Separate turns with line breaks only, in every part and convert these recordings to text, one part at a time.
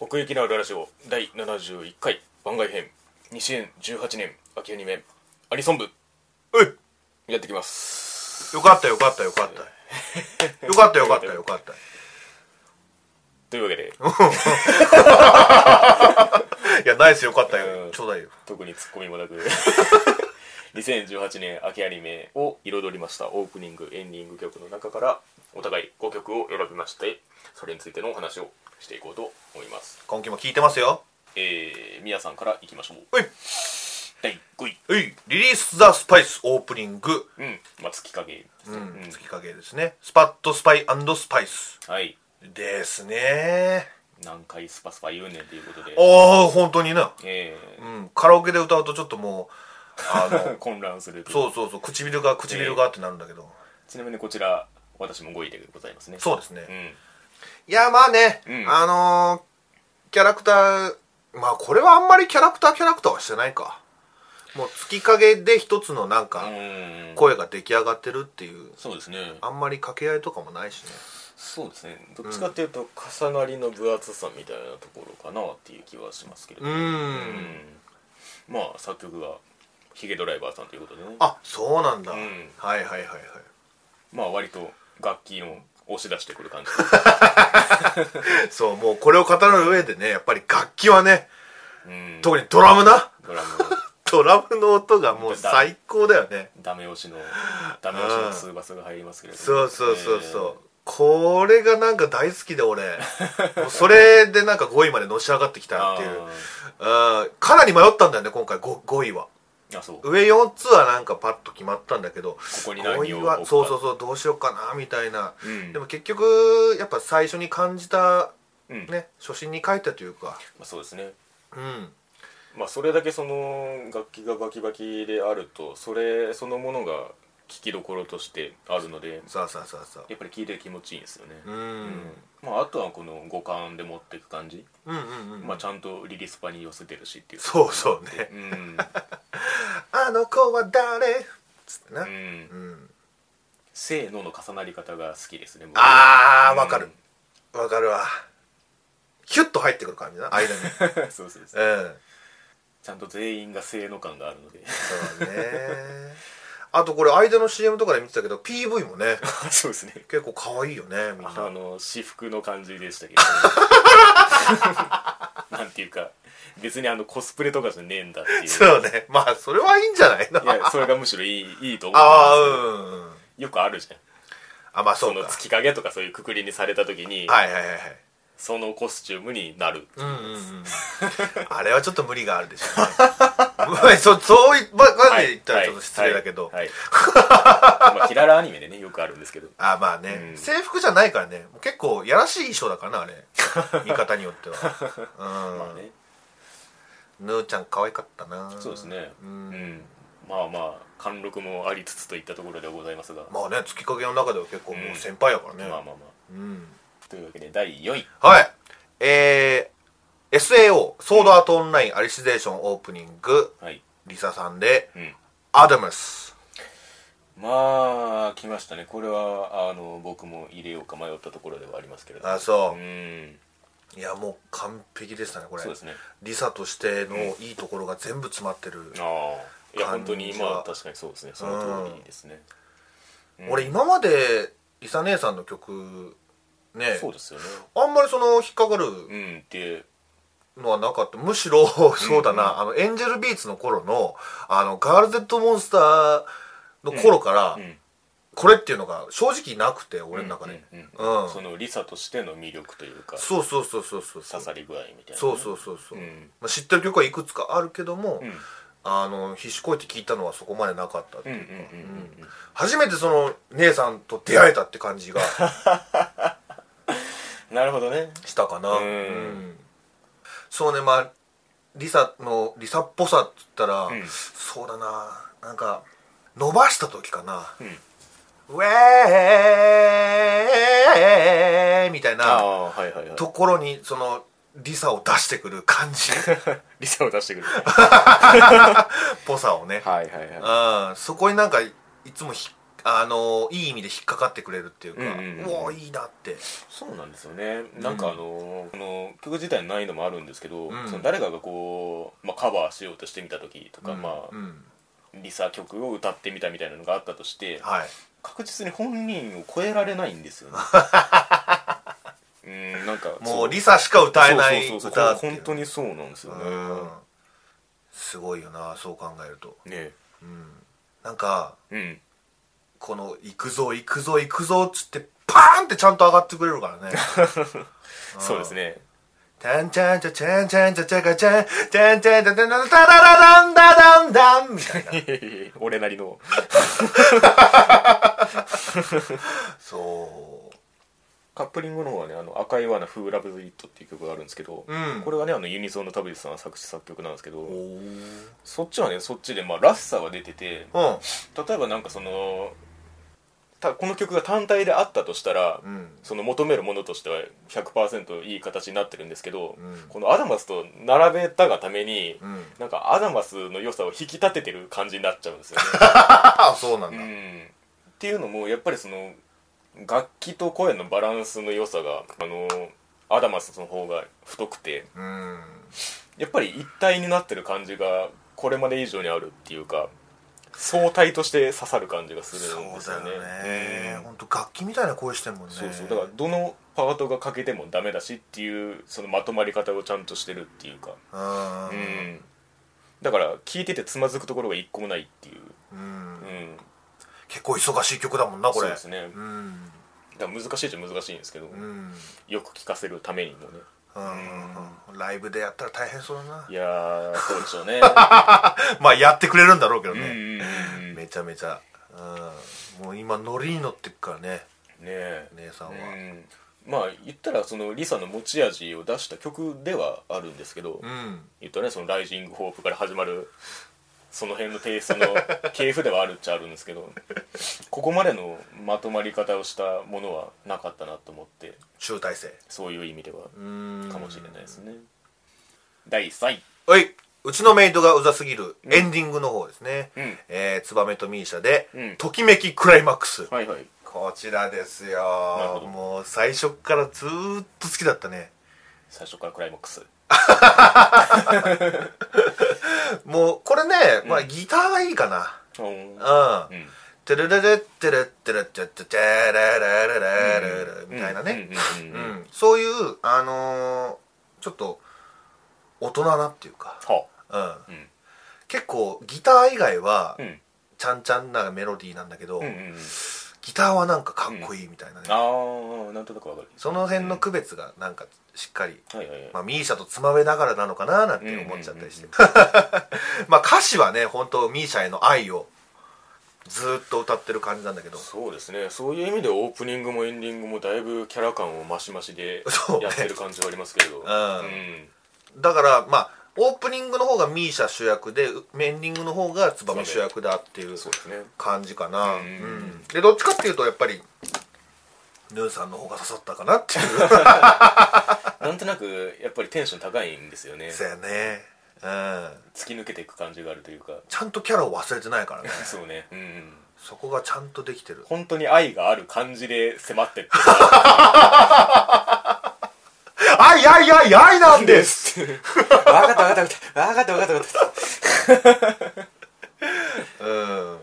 奥行きのあるラジオ第71回番外編2018年秋アニメアニソン部
うい
やってきます
よかったよかったよかっ たよかったよかったよかった
というわけで
いやナイスよかった
うん
よちょうだいよ
特にツッコミもなく 2018年秋アニメを彩りましたオープニングエンディング曲の中からお互い5曲を選びましてそれについてのお話をしていこうと思います
今期も聞いてますよ
えー、みやさんからいきましょう
うい
第5位
ういリリース・ザ・スパイスオープニング
うんまあ月影です
う
ね、
ん
うん
月影ですねスパッとスパイスパイス
はい
ですね
何回スパスパ言うねんということで
ああ本当にな
ええ
うんカラオケで歌うとちょっともうあ の
混乱するという
そうそうそう唇が唇がってなるんだけど
ちなみにこちら私も5位でございますね
そうですね
うん
いやまあね、
うん
あのーキャラクターまあこれはあんまりキャラクターキャラクターはしてないかもう月影で一つのなん
う
か
ーん
声が出来上がってるっていう
そうですね
あんまり掛け合いとかもないしね
そうですねどっちかっていうと重なりの分厚さみたいなところかなっていう気はしますけれど
うー
うんまあ作曲がヒゲドライバーさんということでね
あそうなんだ、
うん
はいはいはいはい
まあ割と楽器の押し出してくる感 じ
そうもうこれを語る上でねやっぱり楽器はね
うん
特にドラムな
ドラム
ドラムの音がもう最高だよね
ダメ押しのダメ押しのツーバスが入りますけれども
そうそうそうそう、これがなんか大好きで 俺もうそれでなんか5位までのし上がってき
えー
たっていう
あ
うんかなり迷ったんだよね今回 5, 5位は
ーあそうこ
上4つはなんかパッと決まったんだけど
こに
5
何
位
を
はそうそうそうどうしようかなみたいな、
う、うん、
でも結局やっぱ最初に感じた
うんま
ね初心に書いたというか
あ、そうですね
うん
まあそれだけその楽器がバキバキであるとそれそのものが聴きどころとしてあるので
さあさあさあさあ
やっぱり聴いてる気持ちいいんですよね、
うん
まあ、あとはこの五感で持っていく感じ、
うんうんうん、
まあ、ちゃんとリリスパに寄せてるしっていう
そうそうね
うん、
あの子は誰つってな、
う
うん
ん、せーのの重なり方が好きですね僕
あー
うん
わかるわかるわヒュッと入ってくる感じ な間にうん
そうそうそう
そ
ちゃんと全員がせーの感がある ので
うねあとこれ間の CM とかで見てたけど PV もね
そうですね
結構可愛いよねみん
あ
な
の私服の感じでしたけ ど、ね、なんていうか別にあのコスプレとかじゃねえんだっていう
そうねまあそれはいいんじゃないの
いやそれがむしろいいいいと思う
ああ
んです
うんう
け
ん
どよくあるじゃん
あまあ
そ
そう
の
か
月影とかそういうくくりにされた時に、
はいはいはいはい
そのコスチュームになる、
うんうんうんあれはちょっと無理があるでしょうねまあそうそういままで言ったらちょっと失礼だけど、
はいはいまあ、キララアニメでねよくあるんですけど
あまあね、
うん
制服じゃないからねもう結構やらしい衣装だからなあ れ見方によってはうん、
まあね
ぬーちゃん可愛かったな
そうですねう
う
ん
ん、
まあまあ貫禄もありつつといったところでございますが、
まあね月影の中では結構もううん先輩やからね、
まあまあま
うん
あというわけで第4位
はいえー、SAO ソードアートオンラインアリシゼーションオープニング
はい、
リサさんで
うん、
アダムス
まあ来ましたねこれはあの僕も入れようか迷ったところではありますけれど
あそ
ー
う
ん
ういやもう完璧でしたねこれ
そうですね
リサとしてのいいところが全部詰まってる、
ああいや本当に
感じは
まあ確かにそうですねその通りですね、うん
俺今までリサ姉さんの曲ね
そうですよね
あんまりその引っかかる
うんって
のはなかったむしろそうだな、あのエンジェルビーツの頃のあのガールゼットモンスターの頃から、
うん
これっていうのが正直なくて俺の中で、
うんうん
うん
そのリサとしての魅力というか
そうそうそうそうそうそう
刺さり具合みたいな
そうそううそうそう、
うん
まあ、知ってる曲はいくつかあるけども、
うん
あの必死こいて聞いたのはそこまでなかったって
う
い
んうん
う
うん
か、
うんうん
初めてその姉さんと出会えたって感じが
なるほどね
したかな、
うん
そうねまあリサのリサっぽさっつったら、
ん
そうだななんか伸ばした時かな
うん
「ウェーイ!」みたい
あ
な
あはいはいはい
ところにそのリサを出してくる感じ
リサを出してくる
ぽさをね
はいはいはい
うんそこになんかいつもひあのいい意味で引っかかってくれるっていうか、う
うんうんうん
おーいいなって
そうなんですよねなんかあの,、この曲自体の難易度もあるんですけど、
うん
その誰かがこう、まあ、カバーしようとしてみた時とか、
うん
ま
うん
あ、リサ曲を歌ってみたみたいなのがあったとして
はい
確実に本人を超えられないんです よねうんなんか
もうリ
サ
サしか歌えない
そうそうそう
歌っていう
本当にそうなんですよね、
うんすごいよなそう考えると
ね
うんなんか
うん
この「行くぞ行くぞ行くぞ」っつってパーンってちゃんと上がってくれるからね
そうですね
「タンチャンチャチャンチャンチャチャカチャンチャンチャンチャチャンタララランダダンダン」みたいな
俺なりの
そ
カップリングの方はね「あの赤い罠 Who Loves It」っていう曲があるんですけど、
うん
これはねあのユニゾンの田淵さん作詞作曲なんですけ
う
ど
おー
そっちはねそっちで、まあ、らしさは出てて
うん
例えばなんかそのたこの曲が単体であったとしたら、
うん
その求めるものとしては100%いい形になってるんですけど、
うん
このアダマスと並べたがために、
うん
なんかアダマスの良さを引き立ててる感じになっちゃうんですよね。
ああそうなん
う
だ
んっていうのもやっぱりその楽器と声のバランスの良さがあのアダマスの方が太くて
うん
やっぱり一体になってる感じがこれまで以上にあるっていうか相対として刺さる感じがす
そ
るんで
う
す
だ
よね
よね
うん
本当楽器みたいな声してるもんね
そうそうだからどのパートが欠けてもダメだしっていうそのまとまり方をちゃんとしてるっていうか
うん
うんだから聴いててつまずくところが一個もないっていう
うん
うん
結構忙しい曲だもんなこ
そ
れ
うですね
うん
だから難しいっちゃ難しいんですけど
うん
よく聴かせるためにもね
うんライブでやったら大変そうだない
やーそうでしょうね
まあやってくれるんだろうけど
うん
ね
うんうんね
めちゃめちゃうんもう今ノリに乗ってくからね
え
姉さん
う
は
んまあ言ったらそのリサの持ち味を出した曲ではあるんですけど、
うん
言ったらねその「ライジング・ホープ」から始まるその辺のテイストの 系譜ではあるっちゃあるんですけどここまでのまとまり方をしたものはなかったなと思って
集大成
そういう意味では
うん
かもしれないですね、第3位
おいうちのメイドがうざすぎるエンディングの方ですね
うん
えーツバメとミーシャで
うん
ときめきクライマックス
はいはい
こちらです
なるほ
よ
ど
もう最初っからずーっと好きだったね
最初からクライマックス
もうこれね、まあギターがいいかな
うんうん
うんテレレレッテレッテレッテレッテレレレレレレレみたいなね
うんうん
う
うんうん
んそういうあのーちょっと大人なっていうか
は
うん
あうん
結構ギター以外は
うん
ちゃんちゃんなメロディーなんだけど
うんうんうん
ギターはなんかかっこいいみたいなね
ああなんとなくわかる
その辺の区別がなんかしっかり
はいはいはい、
まあ、ミーシャとつまめだからなのかななんて思っちゃったりして、まあ歌詞はね本当ミーシャへの愛をずーっと歌ってる感じなんだけど
そうですねそういう意味でオープニングもエンディングもだいぶキャラ感をマシマシで
そうね
やってる感じはありますけれどう
だからまあオープニングの方がミーシャ主役でうエンディングの方がツバメ主役だっていう
そうですね
感じかな、
うん
うんでどっちかっていうとやっぱりヌーさんの方が刺さったかなっていう
なんとなくやっぱりテンション高いんですよね
そうやねうん
突き抜けていく感じがあるというか
ちゃんとキャラを忘れてないから ね
そうねうんうん
そこがちゃんとできてる
本当に愛がある感じで迫ってってる
あいあいあいあいなんです
わかったわかったわかったわかったわかったわかっ
うん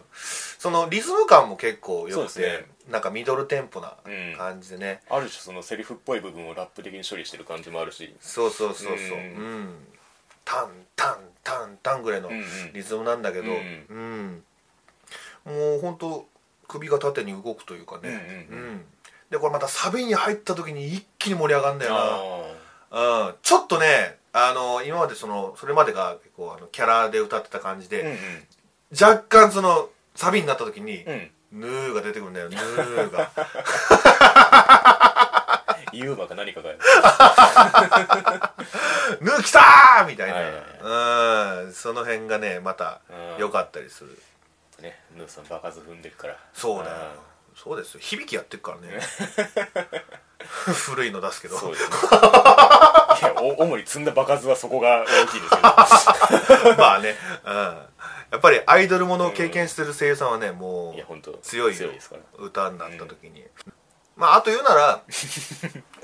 そのリズム感も結構
そう
良
で
く
す
て、
ね
なんかミドルテンポな
うん
感じでね、
たある種そのセリフっぽい部分をラップ的に処理してる感じもあるし
そうそうそうそう
う
うん、
ん
タンタンタンタンぐらいの
うんうん
リズムなんだけど、
う
うんもう本当首が縦に動くというかね、
うんうんう
でこれまたサビに入った時に一気に盛り上がるんだよな
あ
うん、ちょっとねあの今までそのそれまでが結構あのキャラで歌ってた感じ
あうんう
で、
ん
若干そのサビになった時に、
うん
ヌーが出てくる んだよヌーが
ユーマか何かが
ヌー来たーみたいな、
はいはい
うんその辺がねまた
うん
良かったりする、
ねヌーさん場数踏んでるから
そうだよ
あ
そうですよ響きやってるからね古いの出すけ
ー
ど
そうですね いやお主に積んだ場数はそこが大きいですけど
まあね、やっぱりアイドルものを経験してる声優さんはね、も
いや本当
う強いよ
強いですから
歌になった時に、まああと言う なら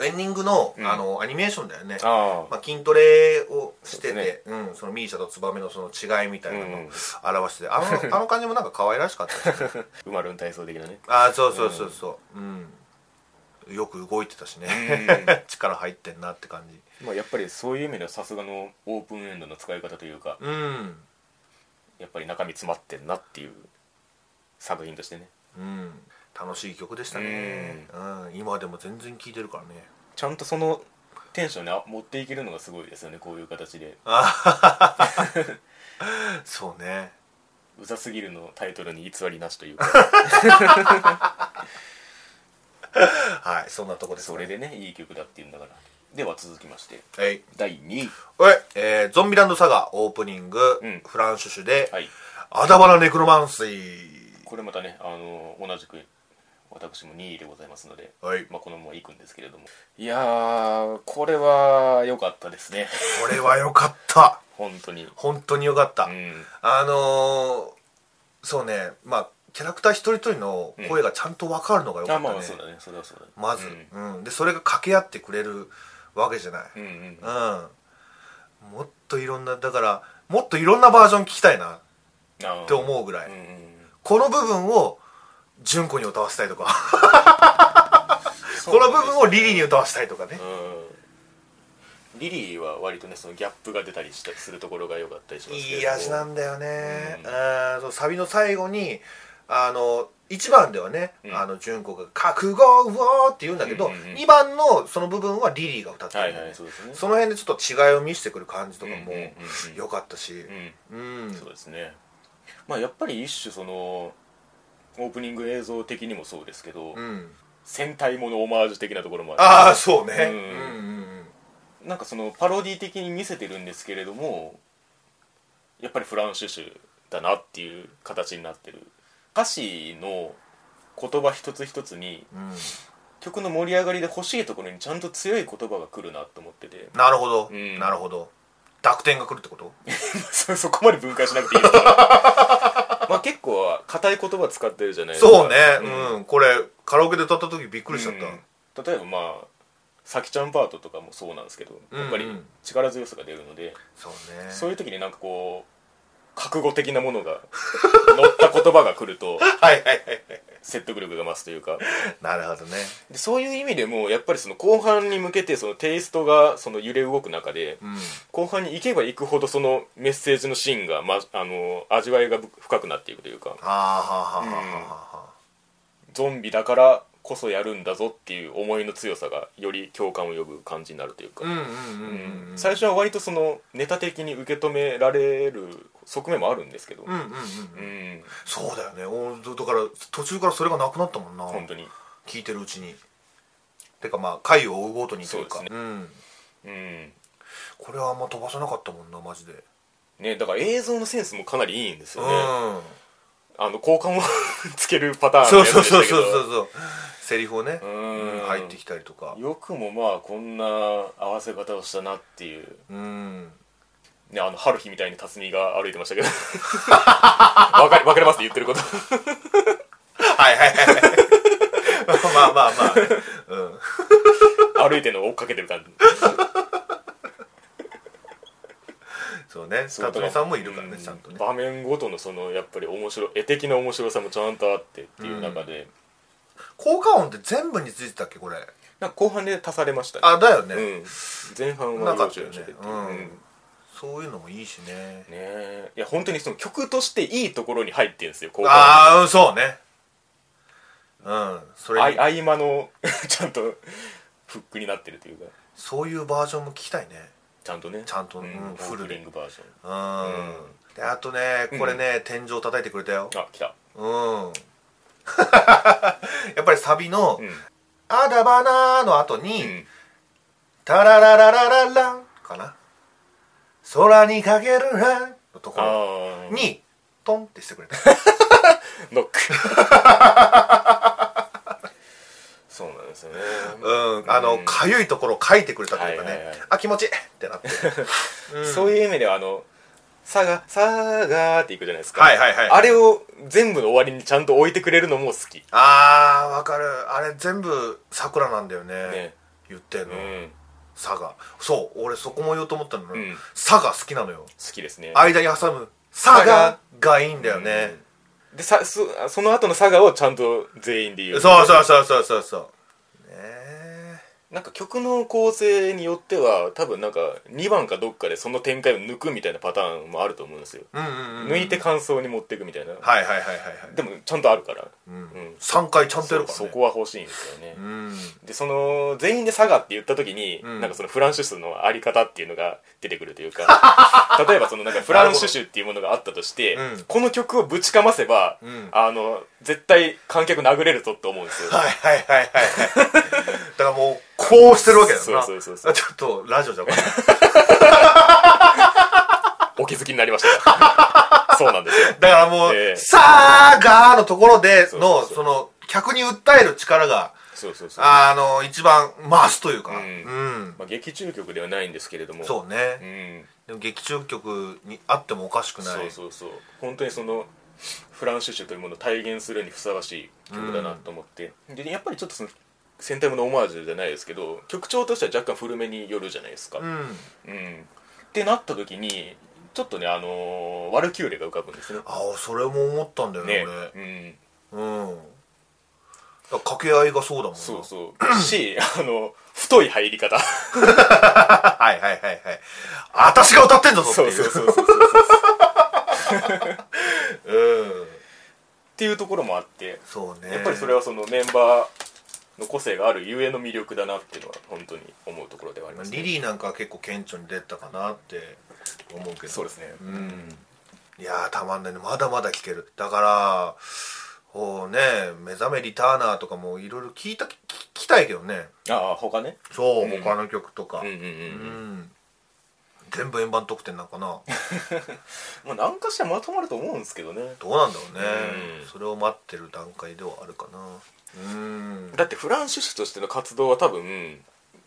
エンディングのあのアニメーションだよね、
ああ
まあ、筋トレをし
そ
てて
うで
うん、そのミーシャとツバメのその違いみたいなの
う
を
ん
表してて、あ のあの感じもなんか可愛らしかったし、
馬るん体操的なね
ああそうそうそうそううん、よく動いてたしね、 力入ってんなって感じ
まあやっぱりそういう意味ではさすがのオープンエンドの使い方というか
うん
やっぱり中身詰まってんなっていう作品としてね
うん楽しい曲でしたね、うん、今でも全然聴いてるから ね
ちゃんとそのテンションにあ持っていけるのがすごいですよねこういう形で
そうね
「うざすぎる」のタイトルに偽りなしという か
はいそんなとこです
それでねいい曲だっていうんだからでは続きまして
はい
第2位
はいえーゾンビランドサガオープニング、
うん
フランシュシュで、
はい
アダバラネクロマンシー
これまたねあの同じく私も2位でございますので、
はい
まあ、このままいくんですけれどもいやーこれは良かったですね
これは良かった
本当に
本当に良かった、
うん
あのー、そうねまあキャラクター一人一人の声がちゃんと分かるのが良か
あ
ったね、
まあそうだねそれはそうだね
まず、
う
うんでそれが掛け合ってくれるわけじゃない、
ん、うんうん
うん、もっといろんなだからもっといろんなバージョン聞きたいな
あ
って思うぐらい、
うんうん
この部分を純子に歌わせたいとか
そ
こ
うな
の
んです
部分をリリーに歌わせたいとかね、
うんリリーは割とねそのギャップが出たりしたするところが良かったりしますけれど
いい味なんんだよね、
うん
あーそうサビの最後にあの1番ではね、
うん
あの純子が「覚悟を」って言うんだけど、
うんうんうん
2番のその部分はリリーが歌って
は
るん
い
だよね、
はいそうですね
その辺でちょっと違いを見せてくる感じとか
うんうんうん
も
うん
良かったし
うん
うん
そうですねまあやっぱり一種そのオープニング映像的にもそうですけど、
うん
戦隊ものオマージュ的なところも
ああそうね、
うん
うんうんうん
なんかそのパロディ的に見せてるんですけれどもやっぱりフランシュシュだなっていう形になってる歌詞の言葉一つ一つに
うん
曲の盛り上がりで欲しいところにちゃんと強い言葉が来るなと思ってて
なるほど、
うん
なるほど濁点が来るってこと
そそこまで分解しなくていいですけど まあ結構硬い言葉使ってるじゃないですか
そうねうん、これカラオケで歌った時びっくりしちゃった、
うん例えばまあさきちゃんパートとかもそうなんですけど
うんうん
やっぱり力強さが出るので、
そうね
そういう時になんかこう覚悟的なものが 乗った言葉が来ると
はいはいはいはい
説得力が増すというか
なるほどね
でそういう意味でもやっぱりその後半に向けてそのテイストがその揺れ動く中で
うん
後半に行けば行くほどそのメッセージのシーンが、ま、あの味わいが深くなっていくというか
はあはあはあはあはあ
ゾンビだからこそやるんだぞっていう思いの強さがより共感を呼ぶ感じになるというか
うん、うんうんうんうん
最初は割とそのネタ的に受け止められる側面もあるんですけど、
うんうんうん
うん
そうだよねおだから途中からそれがなくなったもんな
本当に、
聞いてるうちにてかまあ回を追うごとにというか
そうです
ん
うん
これはあんま飛ばさなかったもんなマジで、
ね、だから映像のセンスもかなりいいんです
う
よね、
ん
あの好感を つけるパターンの
そ
や
う
つ
そ
で
う
した
そ
けど
うそうそうそうセリフをね、
うん
うん入ってきたりとか
よくもまあこんな合わせ方をしたなっていう、
うん
ね、あの春日みたいに辰巳が歩いてました けどわかりわかりますって言ってること
はいはいはいはいまあまあまあね、うん
歩いてるのを追っかけてる感じ
そうね
そうだ
辰巳さんもいるからね、
う
ちゃんとね
場面ごとのそのやっぱり面白い絵的な面白さもちゃんとあってっていう中で、
効果音って全部についてたっけこれ
なんか後半で足されましたね
あだよね、
うん、前半は
なかったよ
要
ね
注意してっていううんうんね
そういうのもいいしね
えいや本当にその曲としていいところに入ってるんですよ後半
ああそうねうんそ
あ
れ
い
に
合間の ちゃんとフックになってるというか
そういうバージョンも聞きたいね
ちゃんとね
ちゃんとうん
オ
フ
ー
ル
プ
で
ニングバージョン
うん、であとねこれね、天井叩いてくれたよ
あ来た
うん やっぱりサビの
うん
「あだばな」の後に「
うん
タラララララランかな空にかけるランのところ
ああ
にトンってしてくれた
ノックそうなんですよね
うんあの
うん
かゆいところを書いてくれたというか
はいはい
ね
はい
あ気持ちいいってなって
そういう意味ではあのサガサガーっていくじゃないですか、
はいはいはい
あれを全部の終わりにちゃんと置いてくれるのも好き
あーわかるあれ全部桜なんだよね
ね
言ってん
う
の、
ん
佐賀そう俺そこも言おうと思ったの、
ん
佐賀好きなのよ
好きですね
間に挟む佐賀がいいんだよね、
でさそその後のサガをちゃんと全員で言う
そうそうそうそうそうそうねえ
なんか曲の構成によっては多分なんか2番かどっかでその展開を抜くみたいなパターンもあると思うんですよ、
うんうん、うん、
抜いて感想に持っていくみたいな、
はいはいはいはいはい
でもちゃんとあるから、
う
うんん
3回ちゃんとや
そ
るから、
そ
ね、
こは欲しいんですよね、
うん
でその全員で佐賀って言った時に、
うん
なんかそのフランシュシュのあり方っていうのが出てくると いうか例えばそのなんかフランシュシュっていうものがあったとして、
なるほどうん
この曲をぶちかませば、
うん
あの絶対観客殴れるぞって思うんですよ
はいはいはいはいはいだからもうこうしてるわけだよな
そうそうそうそう
ちょっとラジオじゃこれ
お気づきになりましたか そうなんですよ
だからも う
ええ
「さあが」のところでの
そうそうそう
その客に訴える力が
そうそうそう
あの一番増すというか
う
うんん、
まあ、劇中曲ではないんですけれども
そう
う
ね、
ん、
でも劇中曲にあってもおかしくない
そうそうそう本当にそのフランシュシュというものを体現するにふさわしい曲だなと思って、でやっぱりちょっとその戦隊ものオマージュじゃないですけど曲調としては若干古めによるじゃないですか、
うん
うんってなった時にちょっとねあのーワルキューレが浮かぶんですね
ああそれも思ったんだよね
ねうん
俺うんだから掛け合いがそうだもんな
そうそうしあの太い入り方
はいはいはいはい。私が歌ってんだぞって
そ
いうう。
そうそうそうそう
うん。
っていうところもあって
そうね。
やっぱりそれはそのメンバーの個性があるゆえの魅力だなっていうのは本当に思うところではありますね
リリーなんかは結構顕著に出たかなって思うけど。
そうですね
うん。いやー、たまんないね。まだまだ聴ける。だから、こうね、目覚めリターナーとかもいろいろ聞いた、聞きたいけどね。
ああ他ね
そう、
うん
他の曲とか。
うんうんうん
う
うん
ん全部円盤得点なんかな
まあ何かしらまとまると思うんですけどね
どうなんだろうね、
うん
それを待ってる段階ではあるかなうん
だってフランシュシュとしての活動は多分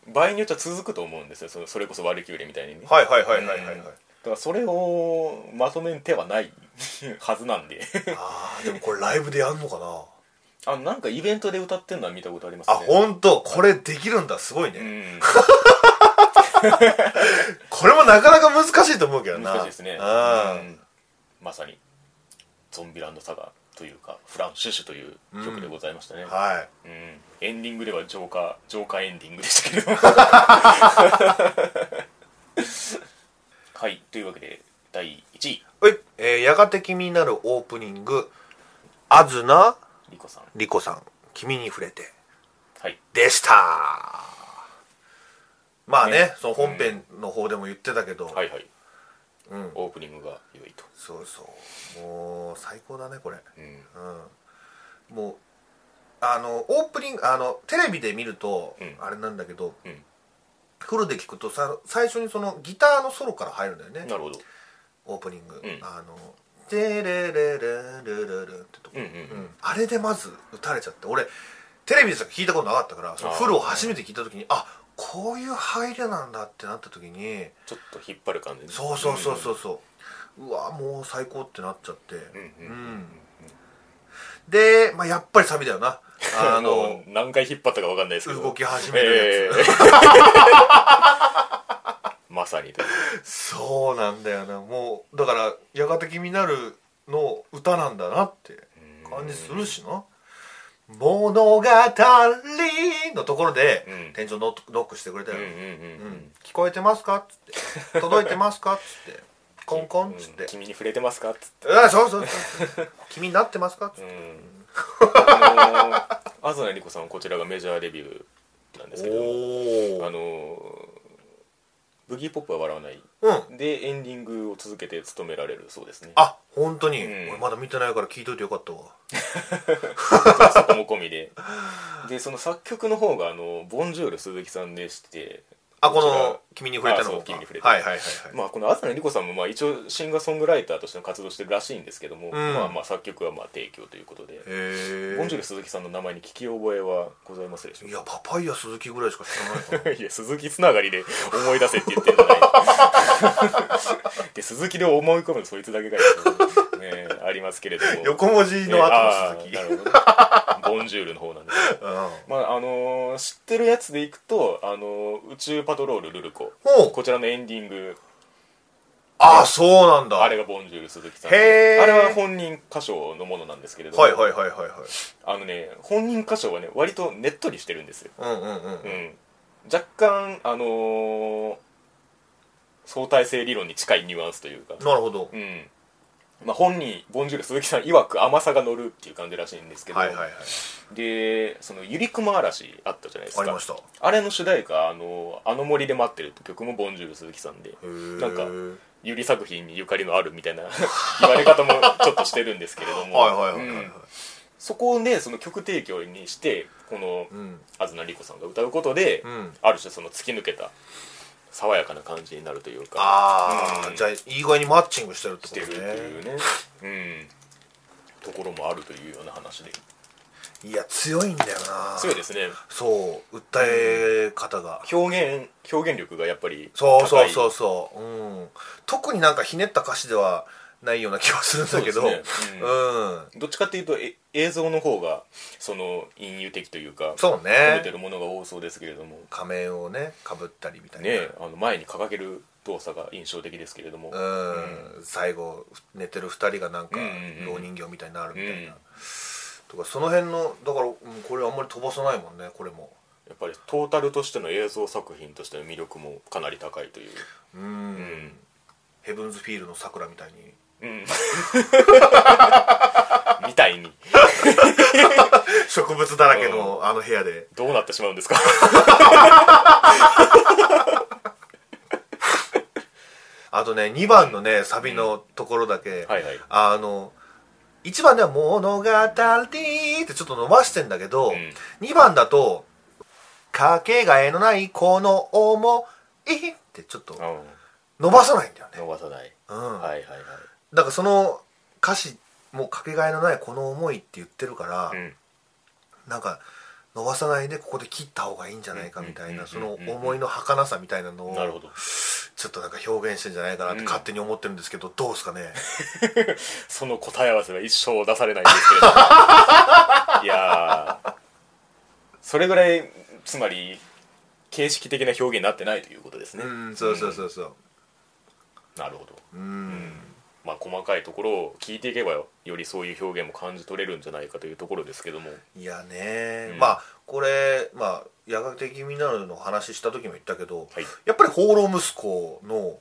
場合によっちゃ続くと思うんですよそのそれこそワルキューレみたいにね
はいはいはいはいはい、はい
うんだからそれをまとめん手はないはずなんで
あーでもこれライブでやんのか な
あなんかイベントで歌ってんのは見たことあります
あ
ね
本当これできるんだすごいね、
うん
これもなかなか難しいと思うけどな
難しいですね、
うん
うんまさにゾンビランドサガというかフランシュシュという曲でございましたね、うん
はい
エンディングではジョーカージョーカーエンディングでしたけれど もはいというわけで第1位
おい、えーやがて君になるオープニング「あずな
リコさん
りこさん君に触れて
はい」
でしたまあね
ね
その本編の方でも言ってたけど、
はいはい、
うん
オープニングが良いと、
そうそうもう最高だねこれ
うん
うんもうあのオープニングあのテレビで見ると、
うん
あれなんだけど、
うん
フルで聞くとさ最初にそのギターのソロから入るんだよね
なるほど
オープニング、
うん
あの「テレレレレレレレ」ってとこ、
うんうんう
う
ん
んあれでまず打たれちゃって俺テレビでしか聞いたことなかったからそのフルを初めて聞いた時にあこういう入りなんだってなった時に
ちょっと引っ張る感じね
そうそうそうそうそう、うわもう最高ってなっちゃって
うんうんうんうんうん
で、まあ、やっぱりサビだよ なあ
あ
の
の何回引っ張ったか分かんないですけど
動き始めるやつ、
え えまさにという
そうなんだよなもうだから「やがて君になる」の歌なんだなって感じするしな「物語」のところで、
うん
店長ノックノックしてくれた
う
よ
んうん
う
うんんうん
聞こえてますか?」っつって「届いてますか?」っ つって「コンコン」っつっ
うん
て
君に触れてますかっつって
「あそうそうそう」「君になってますか?」っつっ
う
て
ん あの東理子さんはこちらがメジャーデビューなんですけどあ
おお
のブギーポップは笑わない
うん
でエンディングを続けて務められるそうですね
あ本当に、
うん
俺まだ見てないから聞いといてよかったわ
そこも込みででその作曲の方があのボンジュール鈴木さんでして
あこ
こちら
の「君に触れたの
あそう
か
君に触れた
はいはいはいはい、
まあ、この東野莉子さんもまあ一応シンガーソングライターとしての活動してるらしいんですけども、
ん
まあ、まあ作曲はまあ提供ということで
へえ
ボンジュール鈴木さんの名前に聞き覚えはございますでしょ
いうやパパイヤ鈴木ぐらい しか知らないかな
かいや鈴木つながりで思い出せって言ってるんじゃないで鈴木で思い込むのそいつだけかよ、ねえ、ありますけれども
横文字 の後の鈴木、
えーあーなるほどねボンジュールの方なんですけど
うん
まああのー知ってるやつでいくと、あのー宇宙パトロールルルコ
ほう
こちらのエンディング
ああそうなんだ
あれがボンジュール鈴木さん
へー
あれは本人歌唱のものなんですけれども、
はいはいはいはいはい
あのね本人歌唱はね割とねっとりしてるんですよ、
うんうん
う
うん、
ん若干あのー相対性理論に近いニュアンスというか、
なるほど
うんまあ、本人ボンジュール鈴木さん曰く甘さが乗るっていう感じらしいんですけど、
はいはいはい
でその「ゆりくま嵐」あったじゃないですか
ありましたへ
あれの主題歌「あのあの森で待ってる」って曲もボンジュール鈴木さんで
え
なんかゆり作品にゆかりのあるみたいな 言われ方もちょっとしてるんですけれども
はいはいはいは
う
い
んそこをねその曲提供にしてこの
うん
東莉子さんが歌うことで、
うん
ある種その突き抜けた爽やかな感じになるというか
ああ、
うん
じゃあいい具合にマッチングしてるって
し
こと
てるってい
ね
うねうんところもあるというような話で
いや強いんだよな
強いですね
そう訴え方が、
表現表現力がやっぱり高い
そうそうそうそう、うん、特になんかひねった歌詞ではないような気はするんだけど
そうですね
う、
うんどっちかっていうとえ映像の方がその隠喩的というか
そう
褒めて
ね
るものが多そうですけれども
仮面をねかぶったりみたいな、
ねあの前に掲げる動作が印象的ですけれども、
うん、最後寝てる二人がなんか
うんうんうん
老人形みたいになるみたいな、
うん
とかその辺のだから、うん、これあんまり飛ばさないもんねこれも
やっぱりトータルとしての映像作品としての魅力もかなり高いという、
うん、
うん
ヘブンズフィールの桜みたいに
うん、みたいに
植物だらけのあの部屋で
どうなってしまうんです か
あとね2番のねサビのところだけ、
はいはい
あの1番では「物語」ってちょっと伸ばしてんだけ
う
ど、
ん
2番だと「かけがえのないこの思い」ってちょっと
う
伸ばさないんだよ
ん
ね、
伸ばさない、
うん
はいはいはい
だからその歌詞もかけがえのないこの思いって言ってるから、
うん
なんか伸ばさないでここで切った方がいいんじゃないかみたいな、
うん
その思いの儚さみたいなの
なるほ
を
ど
ちょっとなんか表現してんじゃないかなって
うん
勝手に思ってるんですけど、どうですかね
その答え合わせは一生出されないんです けれどもいやーそれぐらいつまり形式的な表現になってないということですね、
うんそうそうそうそう
なるほど
うん、
まあ細かいところを聞いていけばよよりそういう表現も感じ取れるんじゃないかというところですけども
いやね、
うん
まあこれまあ「やがて君なる」の話した時も言ったけど、
はい
やっぱり「放浪息子」の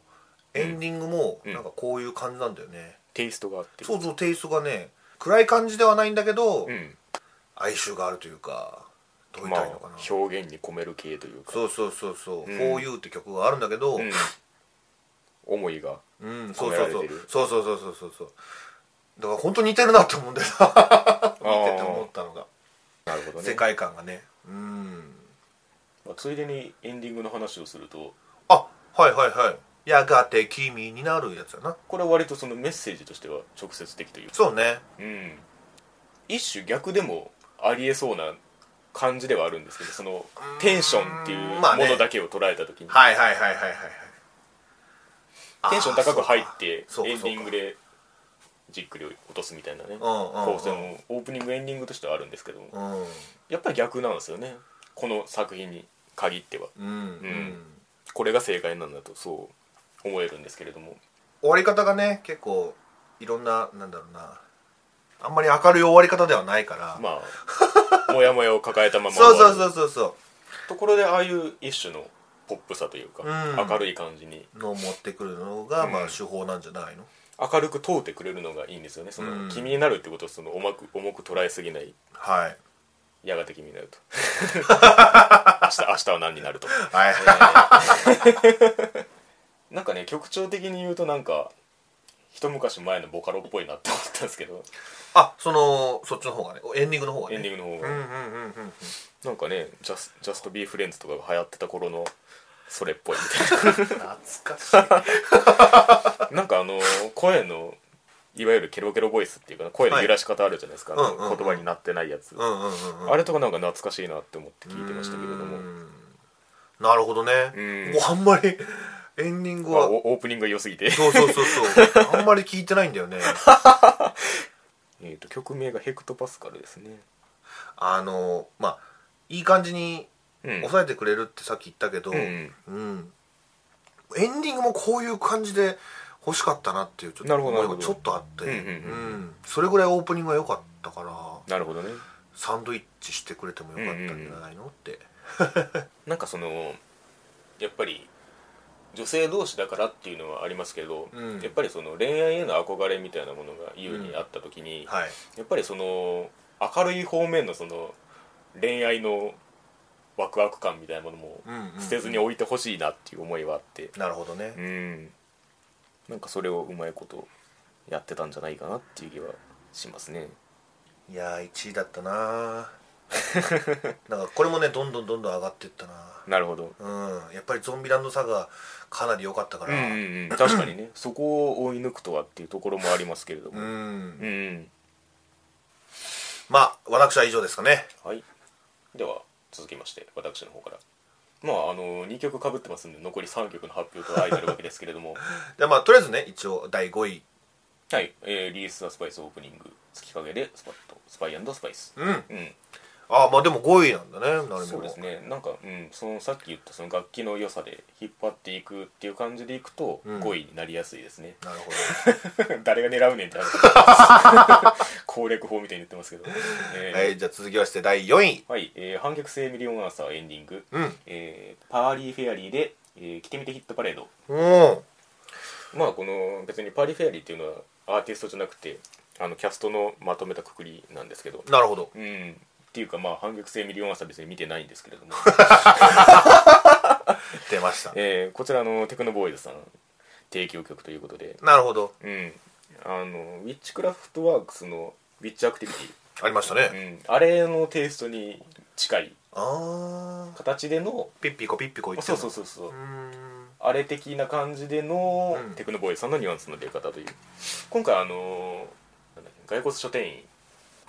エンディングも
うん
なんかこういう感じなんだよね、
テイストがあって
そうそうテイストがね暗い感じではないんだけど、
ん
哀愁があるというかどう言っ
ま
た
あ
らいいのかな、
表現に込める系というか
そうそうそうそう「
うん
For You」って曲があるんだけど、
うん思いが
うん、そう
込め
そ
ら
う
れ
そ
て
う
る
そうそうそうそうそうそうだから本当似てるなって思うんだよ な見てて思ったのが、
なるほどね
世界観がねうん
まあ、ついでにエンディングの話をすると
あはいはいはいやがて君になるやつやな
これは割とそのメッセージとしては直接的というか
そうね
うん一種逆でもありえそうな感じではあるんですけどそのテンションっていう
うーんまあね
ものだけを捉えた時に、
はいはいはいはいはいはい
テンション高く入って
そうか
エンディング
そうか
でじっくり落とすみたいなね
うんうんうん
構成もオープニングエンディングとしてはあるんですけども
うん
やっぱり逆なんですよねこの作品に限っては
うん、う
うんん、これが正解なんだとそう思えるんですけれども
終わり方がね結構いろんななんだろうなあんまり明るい終わり方ではないから、
まあ モヤモヤを抱えたまま終わ
そう
る
そうそうそうそ
ところでああいう一種のポップさというか、
うん
明るい感じに
うのを持ってくるのが、
うん
まあ手法なんじゃないの
明るく問うてくれるのがいいんですよねその、
うん
君になるってことをその重く重く捉えすぎない
はい
やがて君にな ると明日明日は何になると、
はい
えーなんかね曲調的に言うとなんか一昔前のボカロっぽいなって思ったんですけど
あそのそっちの方がねエンディングの方がね
エンディングの方
う
が、
んうんうんうんうん
なんかねジャス「ジャストビーフレンズとかが流行ってた頃のそれっぽいみたいな
懐かしい
なんかあの声のいわゆるケロケロボイスっていうかな声の揺らし方あるじゃないですか、
は
あ
い
の
うんうんうん
言葉になってないやつ、
うんうんうんうん
あれとかなんか懐かしいなって思って聞いてましたけれども
うーんなるほどね
うん
もうあんまり エンディング
まあ
は
おオープニングが良すぎて
そうそうそうそうあんまり聞いてないんだよね
えーと曲名がヘクトパスカルですね
あのまあいい感じに
うん
抑えてくれるってさっき言ったけど、
うん
うんエンディングもこういう感じで欲しかったなっていうちょっ
な
と
るほど
思い
な
が
るほど
ちょっとあって、
うんうんうん
うんそれぐらいオープニングが良かったから
なるほどね
サンドイッチしてくれてもよかったんじゃないのって、
なんかそのやっぱり女性同士だからっていうのはありますけど、
うん
やっぱりその恋愛への憧れみたいなものが優にあった時に、
はい
やっぱりその明るい方面のその恋愛のワクワク感みたいなものも
うんうんうん
捨てずに置いてほしいなっていう思いはあって
なるほどね
うん、なんかそれをうまいことやってたんじゃないかなっていう気はしますね
いやー1位だったな ーなんかこれもねどんどんどんどん上がっていったな
なるほど
うんやっぱりゾンビランドサガかなり良かったか
うん
ら
うんうん確かにねそこを追い抜くとはっていうところもありますけれども、
うん
うんうん
まあ私は以上ですかね
はいでは続きまして私の方からまああの2曲かぶってますんで残り3曲の発表と相なるわけですけれど も
じゃあまあとりあえずね一応第5位
はい、えーリリース・ザ・スパイスオープニング「月影でスパッとスパイスパイス」
うん
うん
ああまあでも5位なんだねなるみも
そうですねなんか、うん、そのさっき言ったその楽器の良さで引っ張っていくっていう感じでいくと
うん
5位になりやすいですね
なるほ
誰が狙うねんって話 攻略法みたいに言ってますけど、え
ど
ー
はいじゃあ続きまして第4位
はい、えー反逆性ミリオンアーサーエンディング、
うん
えーパーリーフェアリーで、えー着てみてヒットパレード
うん
まあこの別にパーリーフェアリーっていうのはアーティストじゃなくてあのキャストのまとめたくくりなんですけど
なるほど
うんっていうかまあ反逆性ミリオンアーサー別に見てないんですけれ ども、
出ました
えーこちらのテクノボーイズさん提供曲ということで
なるほど
うんあのウィッチクラフトワークスのウィッチアクティビ
ありました
テ
ね
ィ、うん、あれのテイストに近い
ああ
形での
ピッピコピッピコ言って
そ
る
うそうそうそう
うーん
あれ的な感じでの、
うん
テクノボーイさんのニュアンスの出方という今回あのーなんだっけ骸骨書店員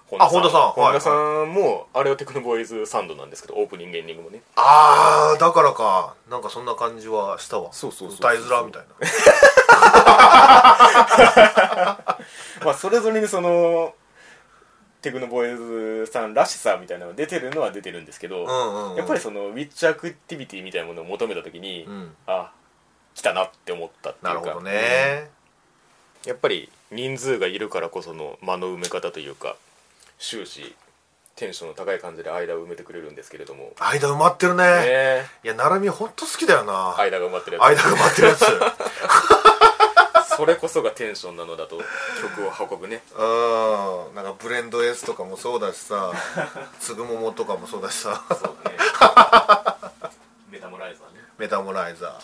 本
あ本
本
田
田
さ
さ
ん
んもあれはテクノボーイズサンドなんですけどオープニングエンディングもね
ああだからかなんかそんな感じはしたわ
そうそうそう
歌いづらみたいな
まあそれぞれにそのテクノボーイズさんらしさみたいなのが出てるのは出てるんですけど、
うんうんうん
やっぱりそのウィッチアクティビティみたいなものを求めた時に、
うん
あ来たなって思ったってい
な
う
る
か
ほどね
やっぱり人数がいるからこその間の埋め方というか終始テンションの高い感じで間を埋めてくれるんですけれどもね
間埋まってるね
え
いやなるみほんと好きだよな
間が埋まってるや
間が埋まってる やつう
つそれこそがテンションなのだと曲を運ぶ ね
んなんかブレンド S とかもそうだし さつぐももとかもそうだしさ
そうねメタモライザーね、
メタモライザー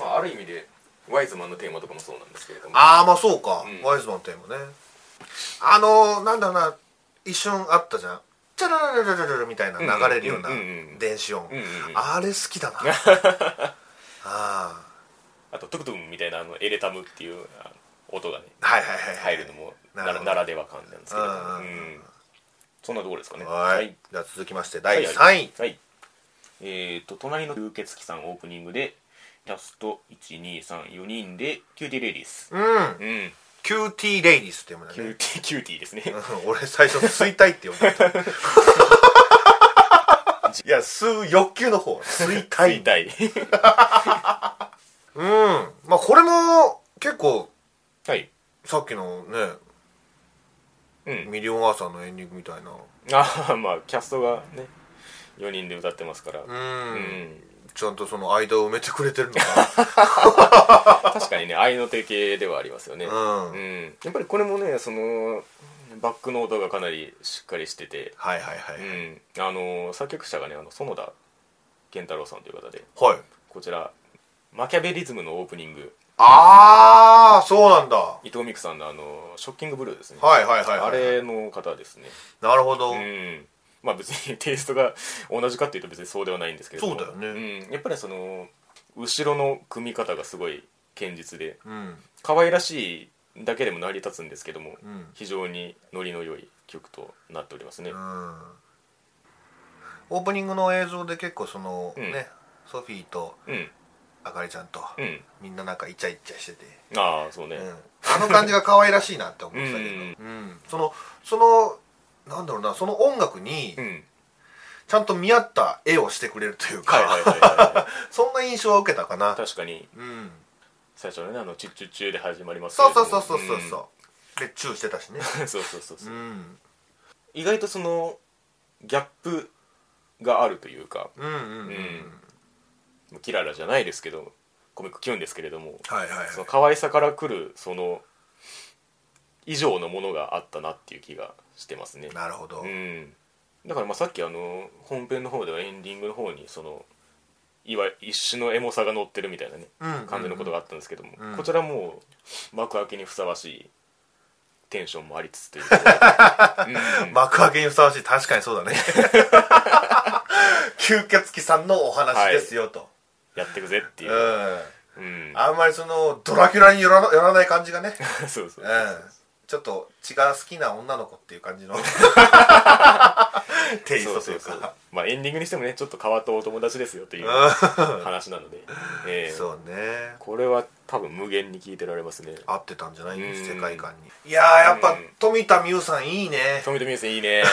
まあ、ある意味でワイズマンのテーマとかもそうなんですけれども
ああまあそうか、
うん
ワイズマンのテーマねあのー、なんだろうな一瞬あったじゃんチャラララララララみたいな流れるような
うんうんうんうん
電子音、
うんうんうん
あれ好 きだなあ
あとトゥクトゥンみたいなあのエレタムっていうあの音がね
あはいはいはい、はい、
入るのも
な
な
る
ら
ほど
ならでは感じなんですけれども、
うんうんうん
うんそんなところですかね
はい、じゃあ続きまして第3位、
はいはいえー、と隣の流血鬼さんオープニングでキャスト1234人でキューティーレディース
うん
うん
QT レイディスって読むんだ
キュ
ね
ーテ ィーキューティーですね
うん 俺最初「衰退」って読 んだと思ったいや吸う欲求の方衰退
たい
うんまあこれも結構
はい
さっきのね
うん
ミリオンアーサーのエンディングみたいな
ああまあキャストがね4人で歌ってますから
う、
うん
ちゃんとその間を埋めてくれてるのか
確かにね愛の手系ではありますよね
なうん、
う
はい
んやっぱりこれもねそのバックの音がかなりしっかりしてて
はいはい、
うんあの作曲者がねあの園田健太郎さんという方で
はい
こちらマキャベリズムのオープニング
ああそうなんだは
伊藤美久さんのあの「ショッキングブルー」ですね、
いはいはい、はい、
あれの方ですね
なるほど、
うんまあ別に テイストが同じかっていうと別にそうではないんですけれども
そうだよね
うん、やっぱりその後ろの組み方がすごい堅実で
うん
可愛らしいだけでも成り立つんですけども、
うん
非常にノリの良い曲となっておりますね、
うんオープニングの映像で結構その、
うん
ねソフィーと
うん
あかりちゃんと、
うん
みんななんかイチャイチャしてて、
ああそうね、
うん、あの感じが可愛らしいなって思ってたけど、
う
うんんそのそのなんだろうなその音楽に
うん
ちゃんと見合った絵をしてくれるというか、
はいはいはいは、
そんな印象は受けたかない
確かに
うん、
最初のねあの「チュッチュッチュ」で始まりますけ
そ
れ
う
ど
そ
も
うそうそうそうそうでチューしてた しね、、
うんそうそうそうそううん意外とそのギャップがあるというか
うんうんうんうん
うんキララじゃないですけどコミックキュンですけれども
はいはいはい
その可愛さからくるその以上のものがあったなっていう気がしてますね
なるほど、
うん、だからまあさっきあの本編の方ではエンディングの方にそのいわ一種のエモさが乗ってるみたいなね
うん
感じのことがあったんですけども、
うん
こちらもう幕開けにふさわしいテンションもありつつという ことで、うん
幕開けにふさわしい確か にそうだね吸血鬼さんのお話ですよと、
やってくぜっていうう、
ん
うん、
あんまりそのドラキュラによらなよらない感じがね、
そうそう
うん、ちょっと血が好きな女の子っていう 感じのテイス
そう
トと
そ
いうう
そう
か
まあエンディングにしてもねちょっと変わったお友達ですよという話なので、ええ
そうね
これは多分無限に聞いてられますね
合ってたんじゃない
うん
世界観にいやーやっ
う
ぱ
ん
富田美優さんいいね
富田美優さんいい ね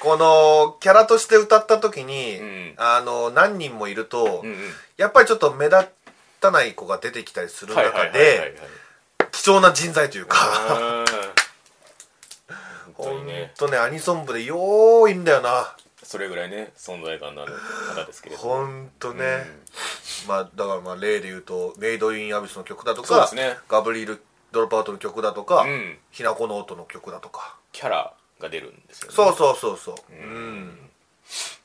このキャラとして歌った時に、
うん
あの何人もいると、
うんうん
やっぱりちょっと目立たない子が出てきたりする
はいはい
中
はいはいはい
で貴重な人材というか
うん本当
ほ
に
ん
ね
とねアニソン部でよういいんだよな
それぐらいね存在感のある方ですけれども
ほんとね、まあだからまあ例で言うと「メイド・イン・アビス」の曲だと
そうで
か、
すね
ガブリール・ドロップアウトの曲だとか、
うん
ひなこの音の曲だとか
キャラが出るんですよね
そうそうそうそううん、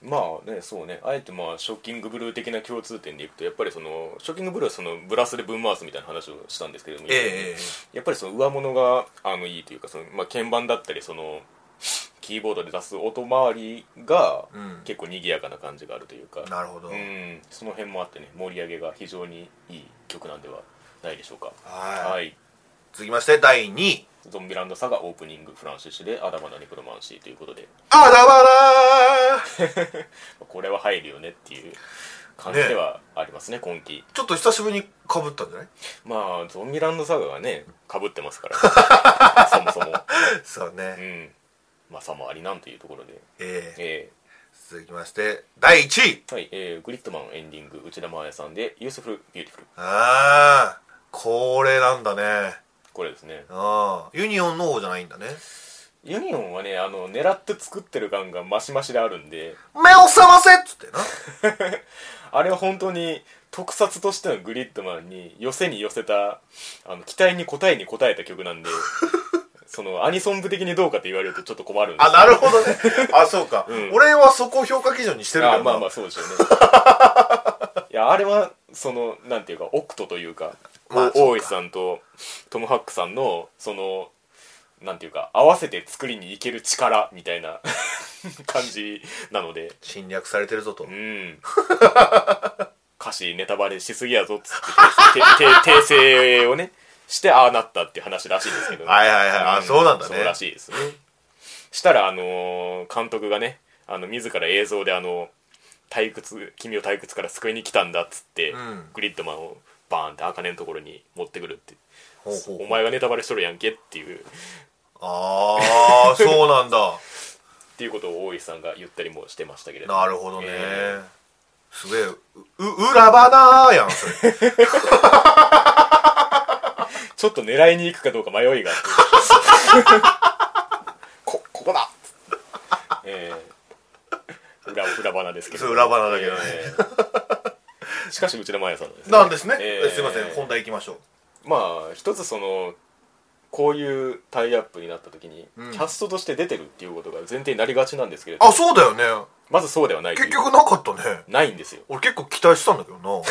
まあねそうねあえてまあショッキングブルー的な共通点でいくとやっぱりそのショッキングブルーはそのブラスでぶん回すみたいな話をしたんですけれども、
ええ
やっぱりその上物があのいいというかその、まあ、鍵盤だったりそのキーボードで出す音回りが
うん
結構賑やかな感じがあるというか、
なるほど、
うん、その辺もあってね盛り上げが非常にいい曲なんではないでしょうか
はい
い
続きまして第2位
ゾンビランドサガオープニングフランシッシュでアダマナネクロマンシーということ で
「あらばらー」
これは入るよねっていう感じではありますね今季
ちょっと久しぶりにかぶったんじゃない
まあゾンビランドサガがねかぶってますから そもそも
そう
う
ね、
んまあさもありなんというところで
え
え
え続きまして第1位
ーはいえー、グリットマンエンディング内田真彩さんで「ユースフルビューティフル
ああこれなんだね」
これですね
ああユニオンの方じゃないんだね
ユニオンはねあの狙って作ってる感がマシマシであるんで
目を覚ませっつってな
あれは本当に特撮としてのグリッドマンに寄せに寄せたあの期待に応えに応えた曲 なんでそのアニソン部的にどうかって言われるとちょっと困るんです
あ、なるほ どね。あ、そうか。
ん
俺はそこを評価基準にしてるけど
あ
な
まあまあそうです よねいやあれはそのなんていうかオクトというか,、
まあそうか
大石さんとトム・ハックさんのそのなんていうか合わせて作りにいける力みたいな 感じなので
侵略されてるぞと。
うん歌詞ネタバレしすぎやぞっつっててて訂正をねしてああなったっていう話らしいんですけど、ね、
はいはいはいあそうなんだね
そうらしいですねしたらあのー監督がねあの自ら映像であの退屈君を退屈から救いに来たんだっつって、
うん
グリッドマンをバーンって茜のところに持ってくるって
ほうほう
お前がネタバレしとるやんけっていうっ
ああ、そうなん だ。
ていうことを大石さんが言ったりもしてましたけれど
なるほどね。
え
すげえ、う、う裏花やん、それ。
ーちょっと狙いに行くかどうか迷いがあって こここだえー裏裏花ですけど
そう裏花だけどね
えーしかし内田真彩さんなんですね
なんですね。
えー
すいません、本題行きましょう。
まあ一つそのこういうタイアップになった時に、
うん
キャストとして出てるっていうことが前提になりがちなんですけれど
あ、そうだよね。
まずそうではないとい
結
う
局なかったね。
ないんですよ
俺結構期待したんだけどな。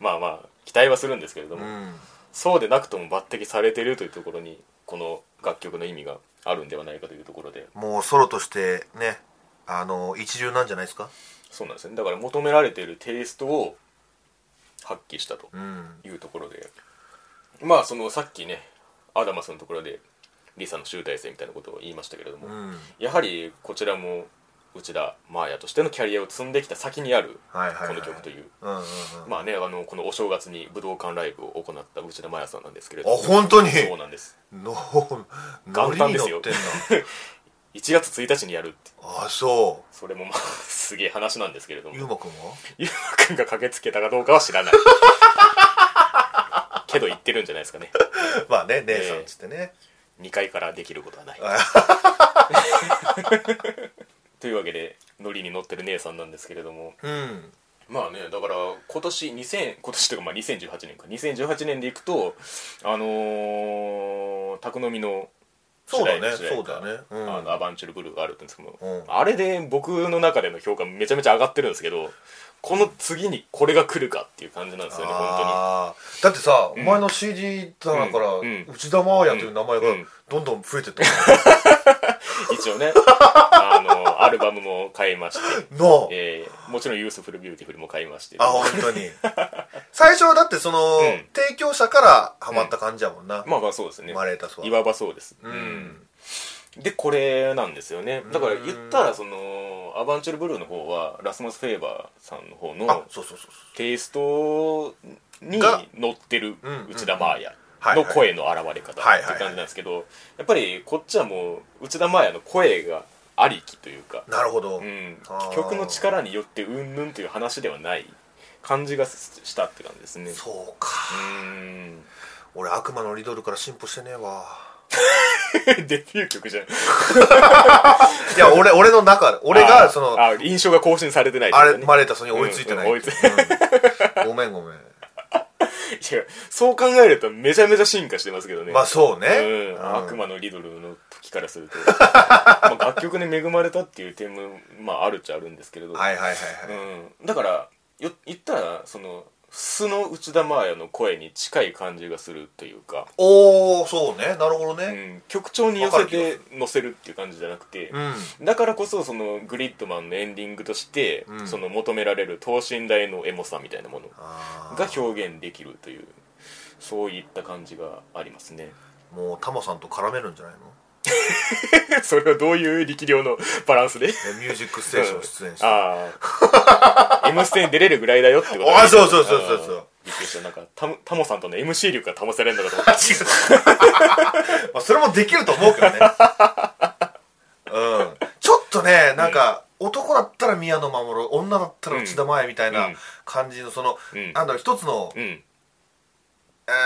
まあまあ期待はするんですけれども、
うん。
そうでなくとも抜擢されてるというところにこの楽曲の意味があるんではないかというところで
もうソロとしてね、あの、一流なんじゃないですか
そうなんですねだから求められているテイストを発揮したと
うん。
いうところで、まあそのさっきねアダマスのところでリサの集大成みたいなことを言いましたけれども、
うん。
やはりこちらも内田真彩としてのキャリアを積んできた先にある
はいはいはい
この曲という、
うんうんうん
まあねあのこのお正月に武道館ライブを行った内田真彩さんなんですけれど
あ本当に
そうなんです
の
元
乗り
旦
に
です
乗
よ
ってんな
1月1日にやるって
あそ
それもまあ すげえ話なんですけれど
うゆう
も
まくん は
ゆうまくんが駆けつけたかどうかは知らないけど言ってるんじゃないですかね
まあね姉さんっつってね、
2階からできることはない
あ
というわけでノリに乗ってる姉さんなんですけれども
うん
まあねだから今年2000今年というかまあ2018年か2018年でいくとあのー宅飲みの
そうだ
主題
ね
主題
そう
歌
だねうん
あのアバンチュルブルーがあるって言うんですけど、
うん
あれで僕の中での評価めちゃめちゃ上がってるんですけどこの次にこれが来るかっていう感じなんですよね本
あーだってさ、
ん
お前の CD 棚から、
うんうん
内田真彩という名前が
うん
どんどん増えてった もんね、
当に一 応ねあのアルバムも買いまして、
の
えーもちろん「ユースフルビューティフル」も買いまして
あ本当に 最初はだってその、
うん
提供者からハマった感じやもんな、
まあまあそうですね
マレータスはい
わばそうです、
うん
でこれなんですよねだから言ったらそのアバンチュルブルーの方はラスマス・フェーバーさんの方
あ
の
そうそうそうそう
テイストに
が
乗ってる
うん
内田真彩
はいは
の
い
声の現れ方って
は
感
いはいはい
じなんですけどやっぱりこっちはもう内田真彩の声がありきというか、
なるほど、
うん
あー、
曲の力によってうんぬんという話ではない感じがしたって感じですね
そうか
うん
俺悪魔のリドルから進歩してねえわ
デビュー曲じゃん
い や俺俺の中で俺
あ
が
ー
そのあ
あー印象が更新されてないってこと
れ
ね
マレータスに追いついてない、
うんうん追いつ
うんごめんごめん
いやそう考えるとめちゃめちゃ進化してますけどね
まあそうね、
うん
うん
悪魔のリドルの時からすると まあ楽曲に恵まれたっていう点も、まあ、あるっちゃあるんですけれど、
はいはいはいはい、
うん、だからよ言ったらその素の内田真彩の声に近い感じがするというか、
おおそうねなるほど
う
ね
ん、曲調に寄せて乗せるっていう感じじゃなくて、
うん、
だからこそそのグリッドマンのエンディングとして、
うん
その求められる等身大のエモさみたいなもの
あ
が
ー
表現できるというそういった感じがありますね
もうタモさんと絡めるんじゃないの
それはどういう力量のバランスで
えミュージックステーション出演して、
あ あ M ステに出れるぐらいだよってことだ
あそうそうそうそうそ
あ
う
ーびっくりしたなんかタモタモさんとの MC 力が保せれるのかと思った
まあ、それもできると思うけどねうんちょっとねなんか、男だったら宮野真守女だったら内田真礼みたいな
うん
感じのその、
うん
なんだろう一つの、
うん
えー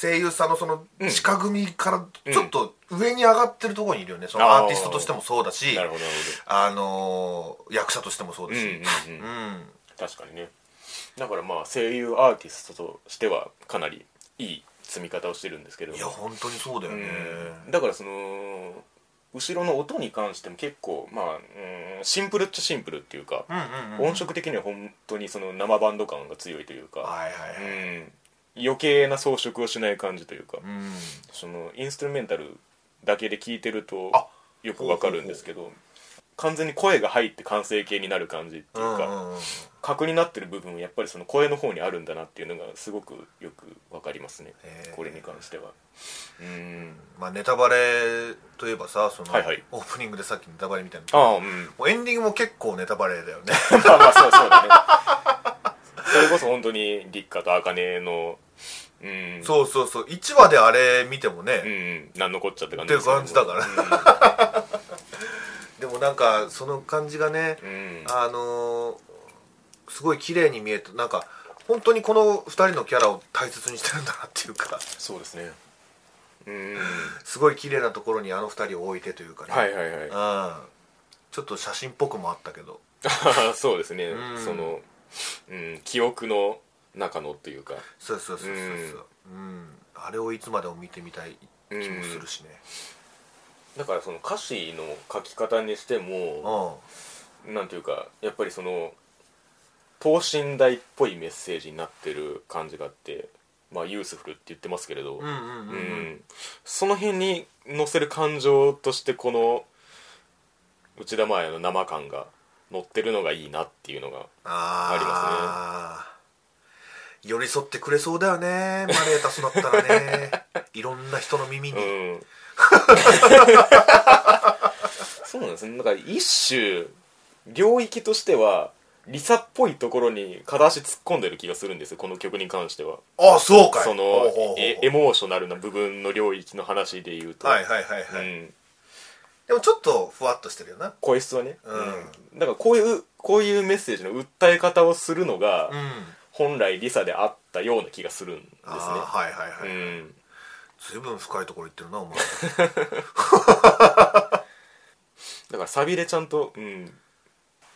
声優さんのその
うん
近組からちょっと上に上がってるところにいるよねその
あー
アーティストとしてもそうだし
なるほどなる
あのー役者としてもそう
ほ
だ
どう
し、
ん
う
うん
ん
うん確かにねだからまあ声優アーティストとしてはかなりいい積み方をしてるんですけど
いや本当にそうだよね、
うんだからその後ろの音に関しても結構まあうんシンプルっちゃシンプルっていうか、
うん、うんうん
音色的には本当にその生バンド感が強いというか、
はいはいはい、
うん、余計な装飾をしない感じというか、
うん、
そのインストゥルメンタルだけで聴いてると
あ
よくわかるんですけど完全に声が入って完成形になる感じっていうか、
うんうんうん
核になってる部分はやっぱりその声の方にあるんだなっていうのがすごくよくわかりますね、
へー
これに関してはうん
まあ、ネタバレといえばさその、
はいはい
オープニングでさっきネタバレみたいな
ああうん
もうエンディングも結構ネタバレだよね
まあまあそうそうだねそれこそ本当に立花と茜のうん
そうそうそう1話であれ見ても
うん
ね、
うんなんのこっちゃって感じ
っていう感じ
だから
でもなんかその感じがね、
うん、うん
あのーすごい綺麗に見えてなんか本当にこの2人のキャラを大切にしてるんだなっていうか
そうですねうん
すごい綺麗なところにあの2人を置いてというかね、
はいはいはい
うん、ちょっと写真っぽくもあったけど
あー そうですね、
うん
その、うん、記憶の中のというか
そうそうそうそうそう、うんあれをいつまでも見てみたい気もするしね、
だからその歌詞の書き方にしても、
うん
なんていうかやっぱりその等身大っぽいメッセージになってる感じがあってまあユースフルって言ってますけれど、
うんうんう
う
んう
んんその辺に乗せる感情としてこの内田真彩の生感が乗ってるのがいいなっていうのが
あありますね寄り添ってくれそうだよねマレータスだった らねいろんな人の耳
う
に、
ん。 そうなんですねなんか一種領域としてはリサっぽいところに片足突っ込んでる気がするんですよこの曲に関しては
あそうかい
その
ほうほうほうほう
えエモーショナルな部分の領域の話で言うと、
はいはいはいは
う
い、
ん、
でもちょっとふわっとしてるよな
声質はね、
うん
だからこういうこういうメッセージの訴え方をするのが、
うん
本来リサであったような気がするんですね
あーはいはいはい、
うん
随分深いところ行ってるなお前
だからサビでちゃんとうん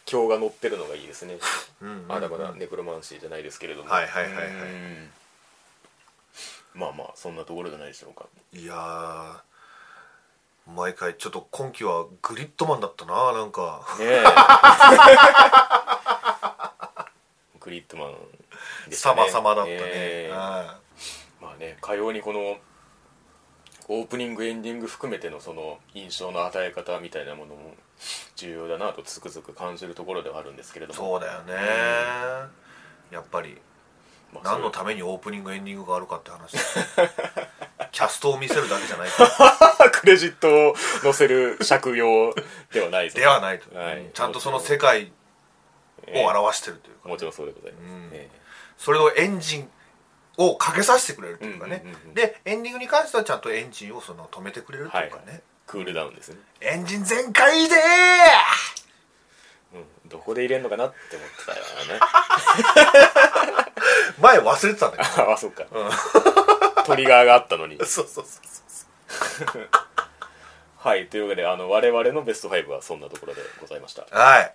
今日が乗ってるのがいいですね
うん
あだまだネクロマンシーじゃないですけれども
はいはいはいはい
うんまあまあそんなところじゃないでしょうか
いやー毎回ちょっと今期はグリッドマンだったななんか
ね えグリッドマンでした
様
ね
々だったね、
ええまあねかようにこのオープニングエンディング含めてのその印象の与え方みたいなものも重要だなとつくづく感じるところではあるんですけれ
う
ど
ん
も
そうだよね、やっぱり
まあ
何の
そ
ためにオープニングエンディングがあるかっ て話キャストを見せるだけじゃないから
れ クレジットを載せる借用ではないぞ
ではないと、
はい
ちゃんとその世界を表してるというか、
もちろんそうでございます、
うん
え
それをエンジンをかけさせてくれるというかね、
うんうんうんうん
でエンディングに関してはちゃんとエンジンをその止めてくれるというかね、
はいえクールダウンですね、
エンジン全 開でー
うん、どこで入れんのかなって思ってたよ ね
前忘れてたんだけど
ああそっか、トリガーがあったのに
そうそうそうそ
はいというわけであの我々のベスト5はそんなところでございました
うはい